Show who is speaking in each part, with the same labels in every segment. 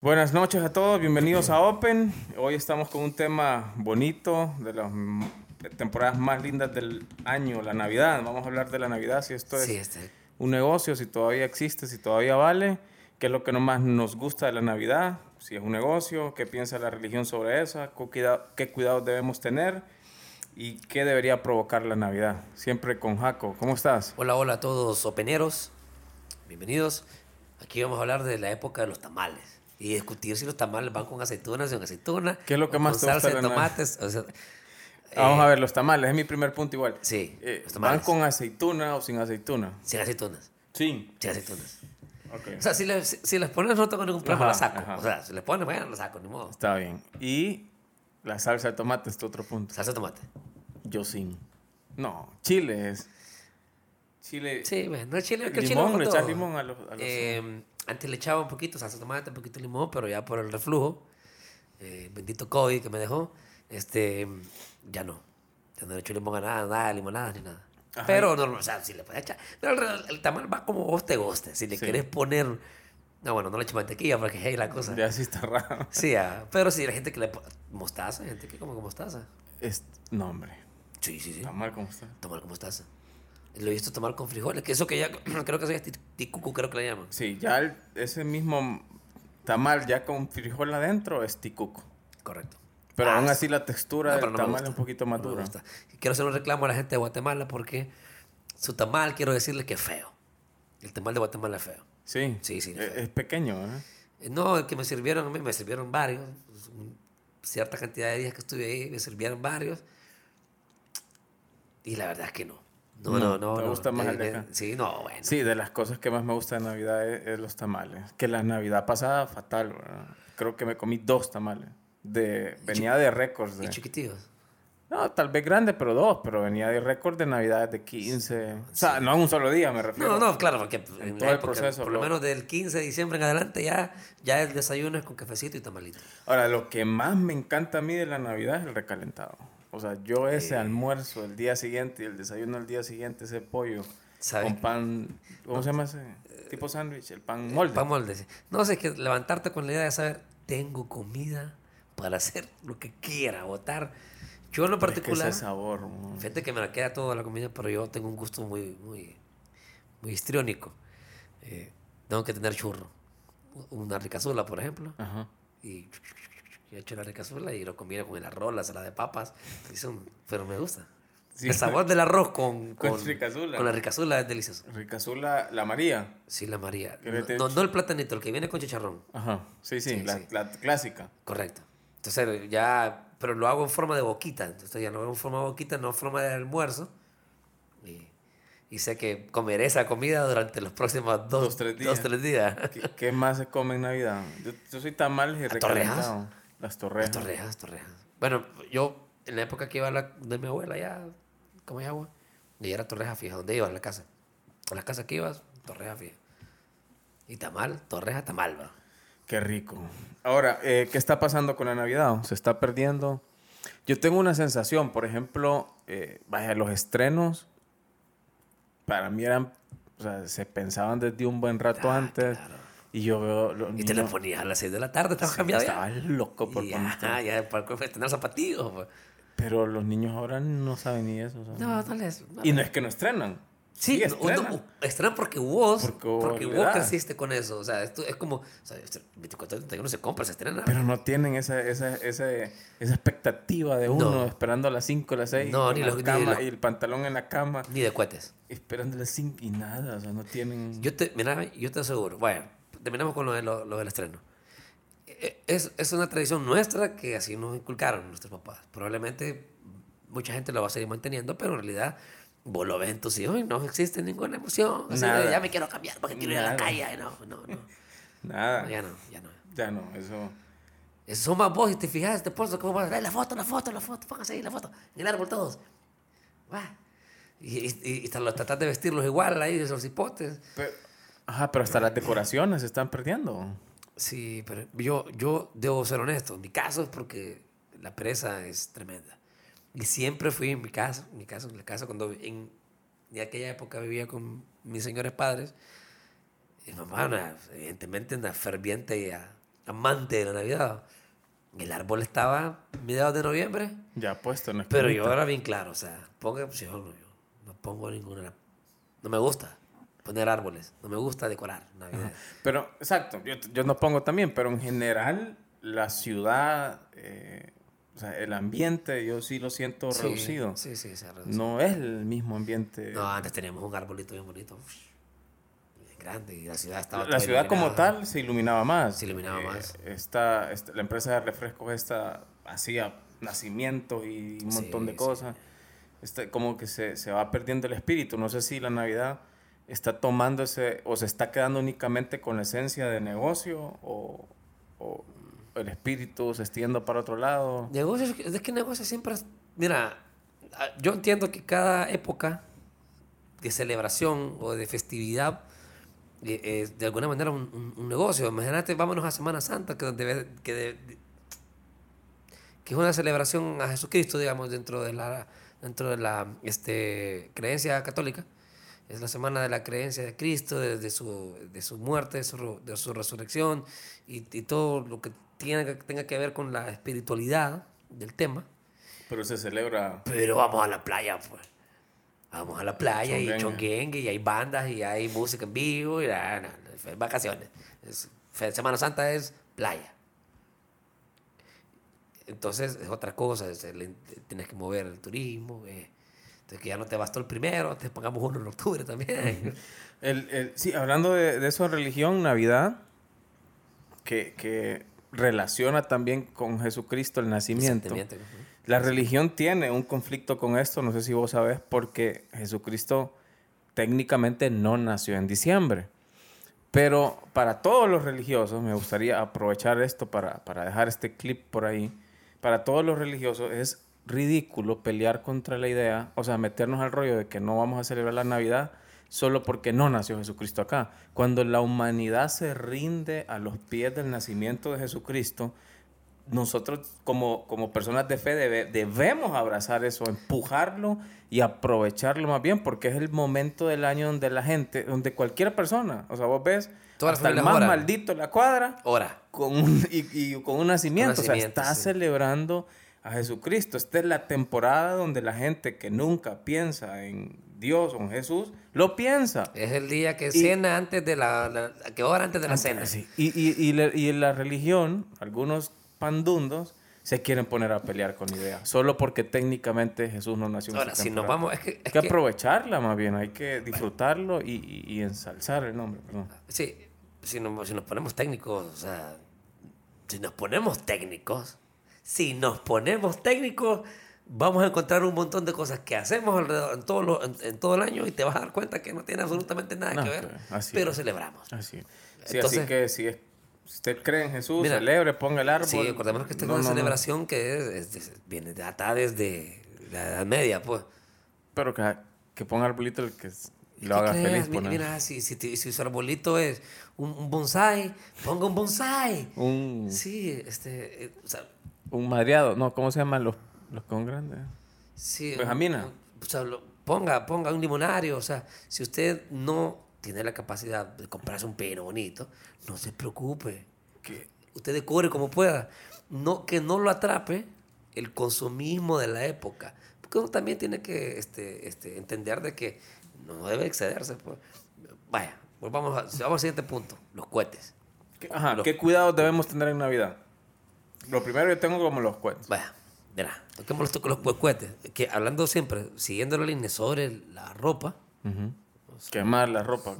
Speaker 1: Buenas noches a todos, bienvenidos a Open. Hoy estamos con un tema bonito, de las m- temporadas más lindas del año, la Navidad. Vamos a hablar de la Navidad, si esto es
Speaker 2: Sí, este-
Speaker 1: un negocio, si todavía existe, si todavía vale, qué es lo que más nos gusta de la Navidad, si es un negocio, qué piensa la religión sobre eso, cu- cuida- qué cuidados debemos tener y qué debería provocar la Navidad. Siempre con Jaco, ¿cómo estás?
Speaker 2: Hola, hola a todos openeros. Bienvenidos. Aquí vamos a hablar de la época de los tamales y discutir si los tamales van con aceitunas o sin aceitunas.
Speaker 1: ¿Qué es lo que
Speaker 2: o
Speaker 1: más
Speaker 2: con
Speaker 1: te gusta
Speaker 2: salsa
Speaker 1: de
Speaker 2: de
Speaker 1: la nada?
Speaker 2: tomates. O sea,
Speaker 1: Vamos a ver, los tamales, es mi primer punto igual.
Speaker 2: Eh, Sí,
Speaker 1: Eh,
Speaker 2: los
Speaker 1: ¿Van
Speaker 2: tamales.
Speaker 1: con aceituna o sin aceituna?
Speaker 2: sin aceitunas.
Speaker 1: Sí.
Speaker 2: Sin aceitunas.
Speaker 1: Ok.
Speaker 2: O sea, si les, si, si les pones no tengo ningún problema,
Speaker 1: Ajá,
Speaker 2: la saco.
Speaker 1: ajá.
Speaker 2: O sea, si les pones, bueno, la saco, ni modo.
Speaker 1: Está bien. Y la salsa de tomate es tu otro punto.
Speaker 2: Salsa de tomate.
Speaker 1: Yo sin. No, chile es. Chile.
Speaker 2: Sí, bueno, el chile, que el chile
Speaker 1: Limón,
Speaker 2: va
Speaker 1: le
Speaker 2: con todo.
Speaker 1: echas limón a los- a los-
Speaker 2: Eh, antes le echaba un poquito salsa de tomate, un poquito de limón, pero ya por el reflujo, eh, bendito COVID que me dejó, este, ya no. Ya no le echo limón a nada, nada de limonada ni nada.
Speaker 1: Ajá.
Speaker 2: Pero normal, o sea, si le puedes echar. Pero el, el tamal va como vos te guste. Si le
Speaker 1: Sí.
Speaker 2: querés poner. No, bueno, no le eches mantequilla porque hey, la cosa.
Speaker 1: Ya sí está raro.
Speaker 2: Sí, ah, pero sí, la gente que le. po- Mostaza, hay gente que come con mostaza.
Speaker 1: Es, no, hombre.
Speaker 2: Sí, sí, sí.
Speaker 1: Está mal como está.
Speaker 2: Tomar con mostaza. Lo he visto tomar con frijoles, que eso que ya. creo que eso ya es ti- ticucu, creo que le llaman.
Speaker 1: Sí, ya el- ese mismo tamal ya con frijol adentro es ticuco.
Speaker 2: Correcto.
Speaker 1: Pero
Speaker 2: Ah,
Speaker 1: aún
Speaker 2: sí.
Speaker 1: así la textura
Speaker 2: No,
Speaker 1: del
Speaker 2: pero no me
Speaker 1: tamal
Speaker 2: gusta.
Speaker 1: es un poquito
Speaker 2: No
Speaker 1: más
Speaker 2: me
Speaker 1: dura.
Speaker 2: gusta. Quiero hacer un reclamo a la gente de Guatemala porque su tamal, quiero decirle que es feo. El tamal de Guatemala es feo.
Speaker 1: Sí.
Speaker 2: Sí, sí,
Speaker 1: E-
Speaker 2: feo.
Speaker 1: Es, pequeño, ¿eh?
Speaker 2: Eh, No, el que me sirvieron a mí, me sirvieron varios. Pues, un- Cierta cantidad de días que estuve ahí, me sirvieron varios. Y la verdad es que no. No,
Speaker 1: No,
Speaker 2: no, no.
Speaker 1: te
Speaker 2: no.
Speaker 1: gusta más
Speaker 2: Eh,
Speaker 1: el de
Speaker 2: me-
Speaker 1: acá.
Speaker 2: Sí, no, bueno.
Speaker 1: Sí, de las cosas que más me gusta de Navidad es, es los tamales. Que la Navidad pasada, fatal, ¿verdad? Creo que me comí dos tamales. De, venía de récords.
Speaker 2: Y
Speaker 1: de-
Speaker 2: chiquititos.
Speaker 1: No, tal vez grande, pero dos. Pero venía de récord de Navidades de 15. O sea, no en un solo día, me refiero.
Speaker 2: No, no, claro, porque en la
Speaker 1: todo el
Speaker 2: época,
Speaker 1: proceso,
Speaker 2: por lo
Speaker 1: lo-
Speaker 2: menos del 15 de diciembre en adelante ya, ya el desayuno es con cafecito y tamalito.
Speaker 1: Ahora, lo que más me encanta a mí de la Navidad es el recalentado. O sea, yo ese
Speaker 2: Eh.
Speaker 1: almuerzo el día siguiente y el desayuno el día siguiente, ese pollo
Speaker 2: ¿Sabes?
Speaker 1: con pan... ¿Cómo se llama ese? tipo sándwich, el pan molde.
Speaker 2: Eh, Pan molde, sí. No sé, es que levantarte con la idea de saber, tengo comida para hacer lo que quiera, votar. Yo en lo
Speaker 1: Es que
Speaker 2: particular,
Speaker 1: ese sabor. mm, ¿no?
Speaker 2: fíjate que me la queda toda la comida, pero yo tengo un gusto muy, muy, muy histriónico. Eh, tengo que tener churro. Una ricazula, por ejemplo.
Speaker 1: Ajá.
Speaker 2: Y yo echo la ricazula y lo combino con el arroz, la salada de papas. Y son- pero me gusta.
Speaker 1: Sí.
Speaker 2: El sabor del arroz con,
Speaker 1: Con ricazula.
Speaker 2: con la ricazula es delicioso.
Speaker 1: Ricazula, la María.
Speaker 2: Sí, la María.
Speaker 1: Que le te-
Speaker 2: No, no el platanito, el que viene con chicharrón.
Speaker 1: Ajá, sí, sí,
Speaker 2: Sí,
Speaker 1: la,
Speaker 2: sí.
Speaker 1: la clásica.
Speaker 2: Correcto. Entonces ya, pero lo hago en forma de boquita. Entonces ya lo hago en forma de boquita, no en forma de almuerzo. Y, y sé que comeré esa comida durante los próximos dos,
Speaker 1: Dos, tres días.
Speaker 2: dos, tres días.
Speaker 1: ¿Qué, qué más se come en Navidad? Yo, yo soy tamales y
Speaker 2: ¿Las torrejas?
Speaker 1: recalentado. Las torrejas.
Speaker 2: Torrejas, torrejas. Bueno, yo en la época que iba a la de mi abuela ya, como ya agua, y era torreja fija. ¿Dónde ibas? A la casa. A la casa que ibas, torreja fija. Y tamal, torreja, tamal, va.
Speaker 1: Qué rico. Ahora, eh, ¿qué está pasando con la Navidad? ¿Se está perdiendo? Yo tengo una sensación, por ejemplo, eh, vaya, los estrenos para mí eran, o sea, se pensaban desde un buen rato
Speaker 2: Ah,
Speaker 1: antes.
Speaker 2: claro.
Speaker 1: Y yo veo los
Speaker 2: Y te
Speaker 1: niños-
Speaker 2: la ponías a las 6 de la tarde, estaba
Speaker 1: Sí,
Speaker 2: cambiado ya.
Speaker 1: estaba loco por
Speaker 2: Y
Speaker 1: poner
Speaker 2: ajá, ya, para para tener zapatillos. pues.
Speaker 1: Pero los niños ahora no saben ni eso. o sea,
Speaker 2: No, no les. no
Speaker 1: Mm. Y
Speaker 2: les-
Speaker 1: no es que no estrenan.
Speaker 2: sí, no,
Speaker 1: estrenan.
Speaker 2: no, estrenan porque vos.
Speaker 1: Porque
Speaker 2: Porque
Speaker 1: vos
Speaker 2: vos,
Speaker 1: le das.
Speaker 2: creciste con eso. O sea, esto es como. O sea, este, 24 31 se compra, se estrena.
Speaker 1: Pero no tienen esa, esa, esa, esa expectativa de uno
Speaker 2: No.
Speaker 1: esperando a las 5, a las 6.
Speaker 2: No, ni
Speaker 1: la
Speaker 2: los- ni
Speaker 1: cama
Speaker 2: lo-
Speaker 1: y el pantalón en la cama,
Speaker 2: ni de cohetes.
Speaker 1: esperando a las 5 y nada. O sea, no tienen.
Speaker 2: Yo te, mira, yo te aseguro. Bueno, terminamos con lo, de lo- lo del estreno. Eh, Es, es una tradición nuestra que así nos inculcaron nuestros papás. Probablemente mucha gente lo va a seguir manteniendo, pero en realidad vos lo ves en tus hijos y no existe ninguna emoción. Así de,
Speaker 1: Nada.
Speaker 2: ya me quiero cambiar porque quiero ir a
Speaker 1: Nada.
Speaker 2: la calle. No, no, no.
Speaker 1: Nada.
Speaker 2: Ya no, ya no.
Speaker 1: Ya no, eso.
Speaker 2: Esos son más vos y te fijas, te pones como "Dale, la foto, la foto, la foto, pónganse ahí la foto, en el árbol todos. Va. Y, y, y- y te los tratás de vestirlos igual ahí, esos hipotes.
Speaker 1: Pero- ajá, pero hasta las decoraciones se están perdiendo.
Speaker 2: Sí, pero yo, yo debo ser honesto. En mi caso es porque la presa es tremenda. Y siempre fui en mi casa, en mi casa, en la casa cuando en, en aquella época vivía con mis señores padres. Mi mamá, una- evidentemente, una ferviente a- amante de la Navidad. El árbol estaba mediados de noviembre,
Speaker 1: Ya puesto en la
Speaker 2: pero yo
Speaker 1: espinita.
Speaker 2: era bien claro, o sea, ponga opción, no, yo no pongo ninguna. No me gusta poner árboles, no me gusta decorar Navidad.
Speaker 1: Pero, exacto, yo, yo no pongo también, pero en general la ciudad, eh, o sea, el ambiente, yo sí lo siento
Speaker 2: Sí,
Speaker 1: reducido.
Speaker 2: Sí, sí, se ha reducido.
Speaker 1: No es el mismo ambiente.
Speaker 2: No, antes teníamos un arbolito bien bonito, bien grande, y la ciudad estaba
Speaker 1: la
Speaker 2: toda
Speaker 1: ciudad como
Speaker 2: iluminada.
Speaker 1: tal se iluminaba más.
Speaker 2: Se iluminaba más.
Speaker 1: Esta, esta- la empresa de refrescos esta hacía nacimientos y un montón
Speaker 2: Sí,
Speaker 1: de
Speaker 2: sí.
Speaker 1: cosas. Este, como que se, se va perdiendo el espíritu. No sé si la Navidad está tomando ese, o se está quedando únicamente con la esencia de negocio o, o el espíritu se está yendo para otro lado.
Speaker 2: Negocios, es que negocios siempre. es- Mira, ah, yo entiendo que cada época de celebración o de festividad eh, es de alguna manera un, un- un negocio. Imagínate, vámonos a Semana Santa, que, debe- que, de- que es una celebración a Jesucristo, digamos, dentro de la, dentro de la este, creencia católica. Es la semana de la creencia de Cristo, de, de su, de su muerte, de su, ro- de su resurrección y, y todo lo que tiene, que- tenga que ver con la espiritualidad del tema.
Speaker 1: Pero se celebra.
Speaker 2: Pero vamos a la playa, pues. Vamos a la playa y
Speaker 1: Chonguengue.
Speaker 2: chonguengue y hay bandas y hay música en vivo y ah, no, no, fue vacaciones. Es- fue- Semana Santa es playa. Entonces es otra cosa, es el- tienes que mover el turismo. eh. Entonces que ya no te bastó el primero, te pagamos uno en octubre también.
Speaker 1: El, el- sí, hablando de, de eso de religión, Navidad, que, que relaciona también con Jesucristo el nacimiento.
Speaker 2: Sentimiento.
Speaker 1: La religión tiene un conflicto con esto, no sé si vos sabés, porque Jesucristo técnicamente no nació en diciembre. Pero para todos los religiosos, me gustaría aprovechar esto para, para dejar este clip por ahí, para todos los religiosos es ridículo pelear contra la idea, o sea, meternos al rollo de que no vamos a celebrar la Navidad solo porque no nació Jesucristo acá. Cuando la humanidad se rinde a los pies del nacimiento de Jesucristo, nosotros como, como personas de fe debe- debemos abrazar eso, empujarlo y aprovecharlo más bien, porque es el momento del año donde la gente, donde cualquier persona, o sea, vos ves,
Speaker 2: Todas las
Speaker 1: hasta el
Speaker 2: familias
Speaker 1: más
Speaker 2: oran.
Speaker 1: maldito en la cuadra,
Speaker 2: Ahora,
Speaker 1: con un, y, y con un nacimiento, o sea,
Speaker 2: nacimiento,
Speaker 1: está
Speaker 2: sí.
Speaker 1: celebrando a Jesucristo. Esta es la temporada donde la gente que nunca piensa en Dios o en Jesús, lo piensa.
Speaker 2: es el día que cena antes de la, la- que hora antes de la cena.
Speaker 1: Sí, Y, y, y la, y la religión, algunos pandundos se quieren poner a pelear con ideas, solo porque técnicamente Jesús no nació en
Speaker 2: Ahora,
Speaker 1: su
Speaker 2: si nos
Speaker 1: temporada.
Speaker 2: vamos, es que,
Speaker 1: Hay
Speaker 2: es
Speaker 1: que
Speaker 2: que-
Speaker 1: aprovecharla más bien, hay que disfrutarlo y, y- y ensalzar el nombre. perdón.
Speaker 2: Sí, si nos, si nos ponemos técnicos, o sea, si nos ponemos técnicos, si nos ponemos técnicos, vamos a encontrar un montón de cosas que hacemos alrededor, en, todo lo- en, en todo el año y te vas a dar cuenta que no tiene absolutamente nada
Speaker 1: No,
Speaker 2: que ver,
Speaker 1: que- así
Speaker 2: pero
Speaker 1: es.
Speaker 2: celebramos.
Speaker 1: Así. Sí, así
Speaker 2: Entonces-
Speaker 1: que si es- si usted cree en Jesús,
Speaker 2: Mira,
Speaker 1: celebre, ponga el árbol.
Speaker 2: Sí, recordemos que esta
Speaker 1: No,
Speaker 2: es una
Speaker 1: no, no.
Speaker 2: celebración que es- es- es- viene de atada desde la Edad Media, pues.
Speaker 1: Pero que, que ponga arbolito el que s-
Speaker 2: ¿Y
Speaker 1: lo
Speaker 2: qué
Speaker 1: haga
Speaker 2: crees?
Speaker 1: feliz. pues,
Speaker 2: Mi-
Speaker 1: poner.
Speaker 2: Mira, si, si, te- si su arbolito es un, un bonsai, ponga un bonsai.
Speaker 1: Un,
Speaker 2: Sí, este, eh, o sea,
Speaker 1: un madreado, no, ¿cómo se llaman los, los con grandes?
Speaker 2: Sí.
Speaker 1: Benjamina.
Speaker 2: un- un- o sea, lo- ponga, ponga un limonario. O sea, si usted no tiene la capacidad de comprarse un pino bonito, no se preocupe.
Speaker 1: Que-
Speaker 2: Usted decore como pueda. No, que no lo atrape el consumismo de la época. Porque uno también tiene que este, este, entender de que no debe excederse. pues. Vaya, volvamos a- vamos al siguiente punto, los cohetes.
Speaker 1: que- ajá,
Speaker 2: Los-
Speaker 1: ¿qué cuidados debemos tener en Navidad? Lo primero yo tengo como los cuentos.
Speaker 2: Vaya, mira, toquemos los, los cohetes. Que hablando siempre, siguiendo la línea sobre la ropa,
Speaker 1: Quemar la ropa.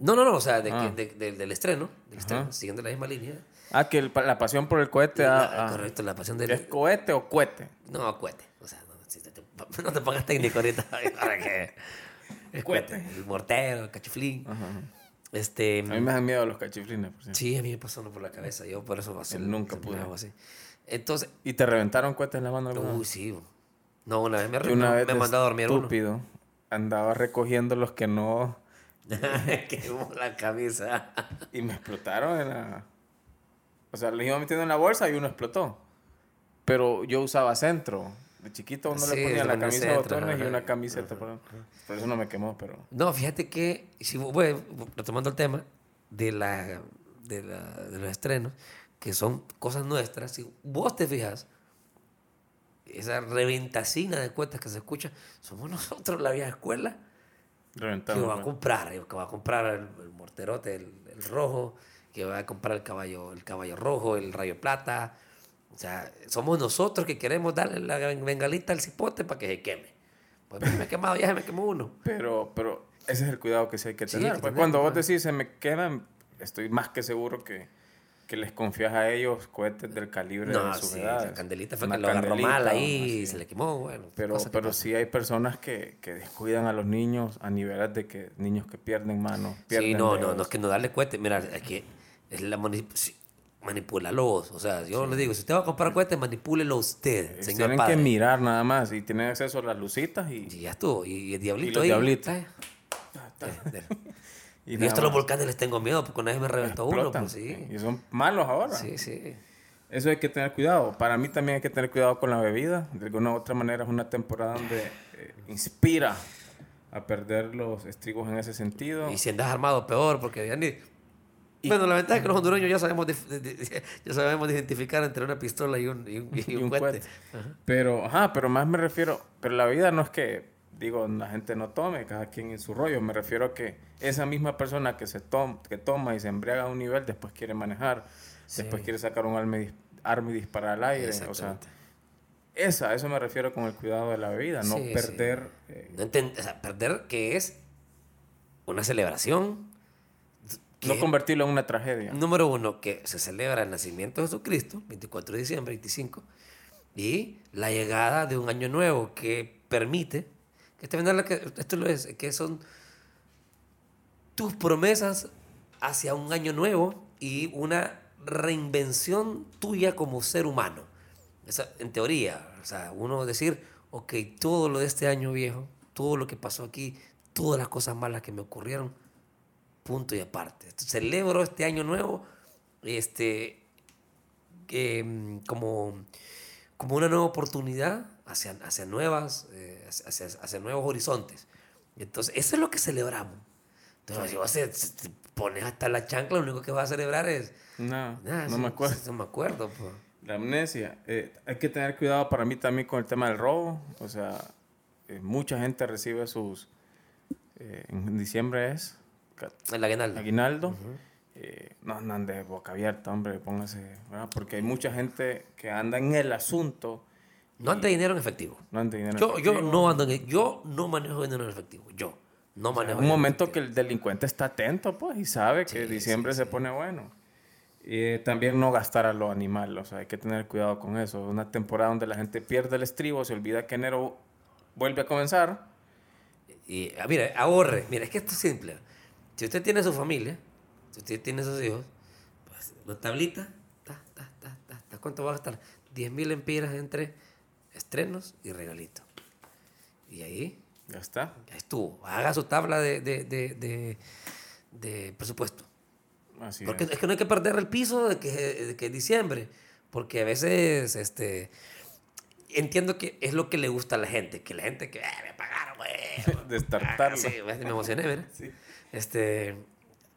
Speaker 2: No, no, no, o sea, de que-
Speaker 1: Ah.
Speaker 2: de- de- del estreno, del estreno, siguiendo la misma línea.
Speaker 1: Ah, que el pa- la pasión por el cohete.
Speaker 2: La-
Speaker 1: ah, ah.
Speaker 2: Correcto, la pasión
Speaker 1: ¿Es
Speaker 2: del...
Speaker 1: cohete o cohete?
Speaker 2: No, cohete. O sea, no, si te, te- no te pongas técnico ahorita. ¿Para qué? Es cohete. El mortero, el cachiflín. Este...
Speaker 1: A mí me dan miedo los cachiflines, por cierto.
Speaker 2: Sí, a mí me pasó uno por la cabeza. Yo por eso pasé.
Speaker 1: Él nunca pudo.
Speaker 2: algo así. Entonces...
Speaker 1: ¿Y te reventaron cohetes en la mano alguna
Speaker 2: Uy,
Speaker 1: vez?
Speaker 2: sí. bo. No, una vez me,
Speaker 1: Yo una
Speaker 2: no,
Speaker 1: vez
Speaker 2: me
Speaker 1: de
Speaker 2: mandó a dormir uno.
Speaker 1: estúpido andaba recogiendo los que no
Speaker 2: Quemó la camisa.
Speaker 1: y me explotaron en la... O sea, los iba metiendo en la bolsa y uno explotó. Pero yo usaba centro. De chiquito uno
Speaker 2: Sí,
Speaker 1: le ponía
Speaker 2: le
Speaker 1: la
Speaker 2: ponía
Speaker 1: camisa de
Speaker 2: centro,
Speaker 1: botones y
Speaker 2: ajá.
Speaker 1: una camiseta. Por, por eso no me quemó, pero...
Speaker 2: No, fíjate que, si, bueno, retomando el tema de, la, de, la- de los estrenos, que son cosas nuestras, si vos te fijas, esa reventacina de cuentas que se escucha, somos nosotros la vieja escuela que va a
Speaker 1: Reventamos.
Speaker 2: comprar, que va a comprar el, el morterote, el, el rojo, que va a comprar el caballo, el caballo rojo, el rayo plata. O sea, somos nosotros que queremos darle la ben- bengalita al cipote para que se queme. Pues a mí me he quemado ya, se me quemó uno.
Speaker 1: Pero, pero ese es el cuidado que sí hay que
Speaker 2: Sí,
Speaker 1: tener.
Speaker 2: hay que
Speaker 1: pues,
Speaker 2: tener,
Speaker 1: cuando vos
Speaker 2: pues.
Speaker 1: decís se me quedan, estoy más que seguro que, que les confías a ellos cohetes del calibre
Speaker 2: No,
Speaker 1: de su
Speaker 2: sí,
Speaker 1: edad.
Speaker 2: la candelita fue
Speaker 1: Una
Speaker 2: que lo agarró
Speaker 1: candelita,
Speaker 2: mal
Speaker 1: una
Speaker 2: ahí
Speaker 1: así.
Speaker 2: y se le quemó, bueno.
Speaker 1: Pero,
Speaker 2: cosas que
Speaker 1: pero
Speaker 2: pasan.
Speaker 1: sí hay personas que, que descuidan a los niños a niveles de que niños que pierden manos, pierden
Speaker 2: Sí, no, no,
Speaker 1: dedos.
Speaker 2: no es que no darle cuete. Mira, es que es la mani- sí, manipularlos. O sea, yo le digo, si usted va a comprar cuete, manipúlelo usted,
Speaker 1: Ellos
Speaker 2: señor
Speaker 1: Tienen
Speaker 2: padre.
Speaker 1: Eh, que mirar nada más y tienen acceso a las lucitas y,
Speaker 2: Y ya estuvo. Y, y el diablito
Speaker 1: los
Speaker 2: ahí.
Speaker 1: diablitos. Ah,
Speaker 2: ¿sabes? Eh, del-
Speaker 1: y
Speaker 2: Y,
Speaker 1: nada
Speaker 2: esto a los
Speaker 1: más.
Speaker 2: volcanes les tengo miedo porque una vez me reventó uno.
Speaker 1: Explotan.
Speaker 2: Pues sí.
Speaker 1: Y son malos ahora.
Speaker 2: Sí, sí.
Speaker 1: Eso hay que tener cuidado. Para mí también hay que tener cuidado con la bebida. De alguna u otra manera es una temporada donde eh, inspira a perder los estribos en ese sentido.
Speaker 2: Y si andas armado, peor, porque ya ni. Bueno, la ventaja es que los hondureños ya sabemos, dif- de- de- ya sabemos identificar entre una pistola y un, y un, y
Speaker 1: Y
Speaker 2: un
Speaker 1: un
Speaker 2: cohete.
Speaker 1: cohete. Pero, ajá, pero más me refiero, pero la vida no es que, digo, la gente no tome, cada quien en su rollo. Me refiero a que esa misma persona que se toma, que toma y se embriaga a un nivel, después quiere manejar, después quiere sacar un arma y, dis- arma y disparar al aire. O sea,
Speaker 2: Exactamente.
Speaker 1: esa, a eso me refiero con el cuidado de la bebida, no
Speaker 2: Sí, sí.
Speaker 1: perder. eh,
Speaker 2: No enten- o sea, perder que es una celebración.
Speaker 1: no
Speaker 2: que-
Speaker 1: convertirlo en una tragedia.
Speaker 2: Número uno, que se celebra el nacimiento de Jesucristo, 24 de diciembre, 25, y la llegada de un año nuevo que permite, que este vendrá la que- esto lo es, que son tus promesas hacia un año nuevo y una reinvención tuya como ser humano. Esa- en teoría, o sea, uno decir, ok, todo lo de este año viejo, todo lo que pasó aquí, todas las cosas malas que me ocurrieron, punto y aparte. Celebro este año nuevo este, em, como, como una nueva oportunidad hacia, hacia, nuevas, eh, hacia, hacia- hacia nuevos horizontes. Entonces, eso es lo que celebramos. Entonces, si vos se- se- te pones hasta la chancla, lo único que vas a celebrar es...
Speaker 1: No,
Speaker 2: "Nah,
Speaker 1: no
Speaker 2: sí,
Speaker 1: me acuerdo.
Speaker 2: sí, No me acuerdo. po".
Speaker 1: La amnesia. eh, hay que tener cuidado para mí también con el tema del robo. O sea, eh, mucha gente recibe sus... eh, en diciembre es ca-
Speaker 2: El aguinaldo.
Speaker 1: aguinaldo. Eh, no, no ande boca abierta, hombre, póngase... ¿verdad? Porque hay mucha gente que anda en el asunto,
Speaker 2: No antes dinero en efectivo.
Speaker 1: no ande dinero. en
Speaker 2: Yo, yo,
Speaker 1: efectivo.
Speaker 2: no ando en, yo no manejo dinero en efectivo. Yo no manejo
Speaker 1: un
Speaker 2: dinero en
Speaker 1: momento
Speaker 2: efectivo.
Speaker 1: que el delincuente está atento, pues, y sabe que
Speaker 2: Sí,
Speaker 1: diciembre se pone bueno. Y eh, también no gastar a los animales, o sea, hay que tener cuidado con eso. Una temporada donde la gente pierde el estribo, se olvida que enero vuelve a comenzar.
Speaker 2: Y ah, mira, ahorre. Mira, es que esto es simple. Si usted tiene su familia, si usted tiene sus hijos, pues, la tablita, ta, ta, ta, ta, ta. ¿cuánto va a gastar? 10 mil empiras entre estrenos y regalito. Y ahí
Speaker 1: Ya está.
Speaker 2: ya estuvo. Haga su tabla de, de, de, de- de presupuesto.
Speaker 1: Así
Speaker 2: Porque
Speaker 1: es.
Speaker 2: es que no hay que perder el piso de que, de que es diciembre. Porque a veces, este. Entiendo que es lo que le gusta a la gente. Que la gente que. "Eh, me pagaron, güey.
Speaker 1: Destartarlo.
Speaker 2: Ah, Sí, me emocioné, mira.
Speaker 1: Sí.
Speaker 2: Este.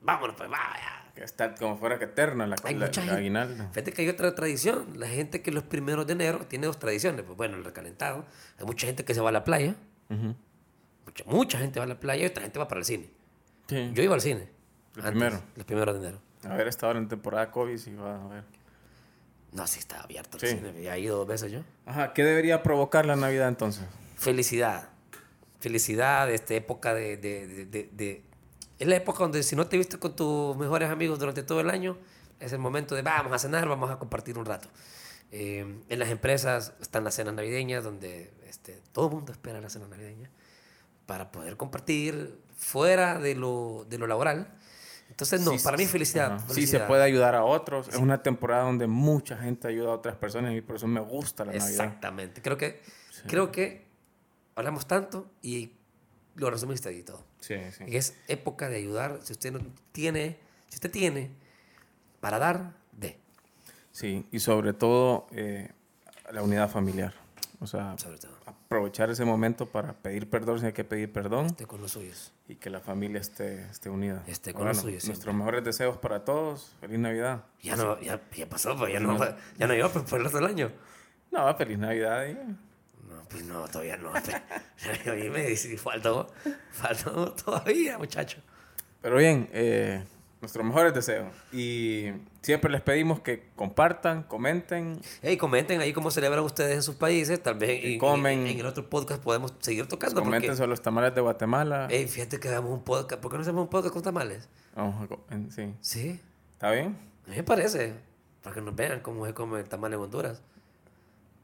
Speaker 2: Vámonos, pues, vaya.
Speaker 1: Que está como fuera que eterna la,
Speaker 2: Hay
Speaker 1: la-
Speaker 2: mucha
Speaker 1: la
Speaker 2: gente.
Speaker 1: aguinaldo.
Speaker 2: Fíjate que hay otra tradición. La gente que los primeros de enero tiene dos tradiciones. Pues bueno, el recalentado. Hay mucha gente que se va a la playa.
Speaker 1: Ujú.
Speaker 2: Mucha, mucha gente va a la playa y otra gente va para el cine.
Speaker 1: Sí.
Speaker 2: Yo iba al cine.
Speaker 1: El Mm. primero.
Speaker 2: Los primeros de enero.
Speaker 1: A ver, está ahora en temporada COVID, si va a ver.
Speaker 2: No, sí, estaba abierto el
Speaker 1: Sí.
Speaker 2: cine. Ya he ido dos veces yo.
Speaker 1: Ajá, ¿qué debería provocar la Navidad entonces?
Speaker 2: felicidad. Felicidad, esta época de, de- de- de- de- Es la época donde si no te viste con tus mejores amigos durante todo el año, es el momento de vamos a cenar, vamos a compartir un rato. Eh, en las empresas están las cenas navideñas, donde este, todo el mundo espera la cena navideña para poder compartir fuera de lo, de lo laboral. Entonces, no,
Speaker 1: Sí,
Speaker 2: para mí
Speaker 1: sí,
Speaker 2: felicidad.
Speaker 1: ajá. Sí, se
Speaker 2: felicidad.
Speaker 1: puede ayudar a otros. Es una temporada donde mucha gente ayuda a otras personas y por eso me gusta la Navidad.
Speaker 2: Exactamente. Creo que, creo que hablamos tanto y lo resumiste ahí todo.
Speaker 1: Sí, sí.
Speaker 2: Y es época de ayudar. Si usted no tiene, si usted tiene para dar, de.
Speaker 1: Sí, y sobre todo eh, la unidad familiar. O sea,
Speaker 2: sobre todo.
Speaker 1: aprovechar ese momento para pedir perdón si hay que pedir perdón
Speaker 2: Esté con los suyos.
Speaker 1: y que la familia esté, esté unida.
Speaker 2: Esté con los suyos siempre.
Speaker 1: Nuestros mejores deseos para todos. Feliz Navidad.
Speaker 2: Ya no, ya, ya pasó, pues ya no, ya no iba por, por el resto del año.
Speaker 1: No, feliz Navidad. y-
Speaker 2: No, pues no, todavía no. pero- Y me dice, faltó, faltó todavía, muchacho.
Speaker 1: Pero bien, eh, nuestros mejores deseos. Y siempre les pedimos que compartan, comenten.
Speaker 2: Hey, comenten ahí cómo celebran ustedes en sus países, tal vez en,
Speaker 1: comen.
Speaker 2: en- en el otro podcast podemos seguir tocando.
Speaker 1: comenten
Speaker 2: Porque, Eh.
Speaker 1: sobre los tamales de Guatemala.
Speaker 2: hey, fíjate que hagamos un podcast. ¿Por qué no hacemos un podcast con tamales?
Speaker 1: Vamos a co- en- sí.
Speaker 2: Sí,
Speaker 1: ¿Está bien?
Speaker 2: a mí me parece. Para que nos vean cómo se come el tamal en Honduras.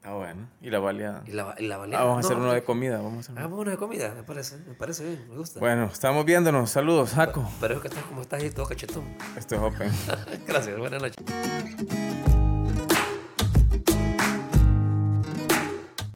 Speaker 1: Está Ah, bueno. Y la baleada.
Speaker 2: Y la, y la baleada.
Speaker 1: Ah, vamos a
Speaker 2: No, Ah,
Speaker 1: hacer uno de comida. Vamos a hacer uno.
Speaker 2: Hagamos una de comida, me parece. Me parece bien, me gusta.
Speaker 1: Bueno, estamos viéndonos. Saludos, Este Jaco.
Speaker 2: Pero es que estás como estás ahí todo cachetón.
Speaker 1: Esto es Open.
Speaker 2: Gracias, buenas noches.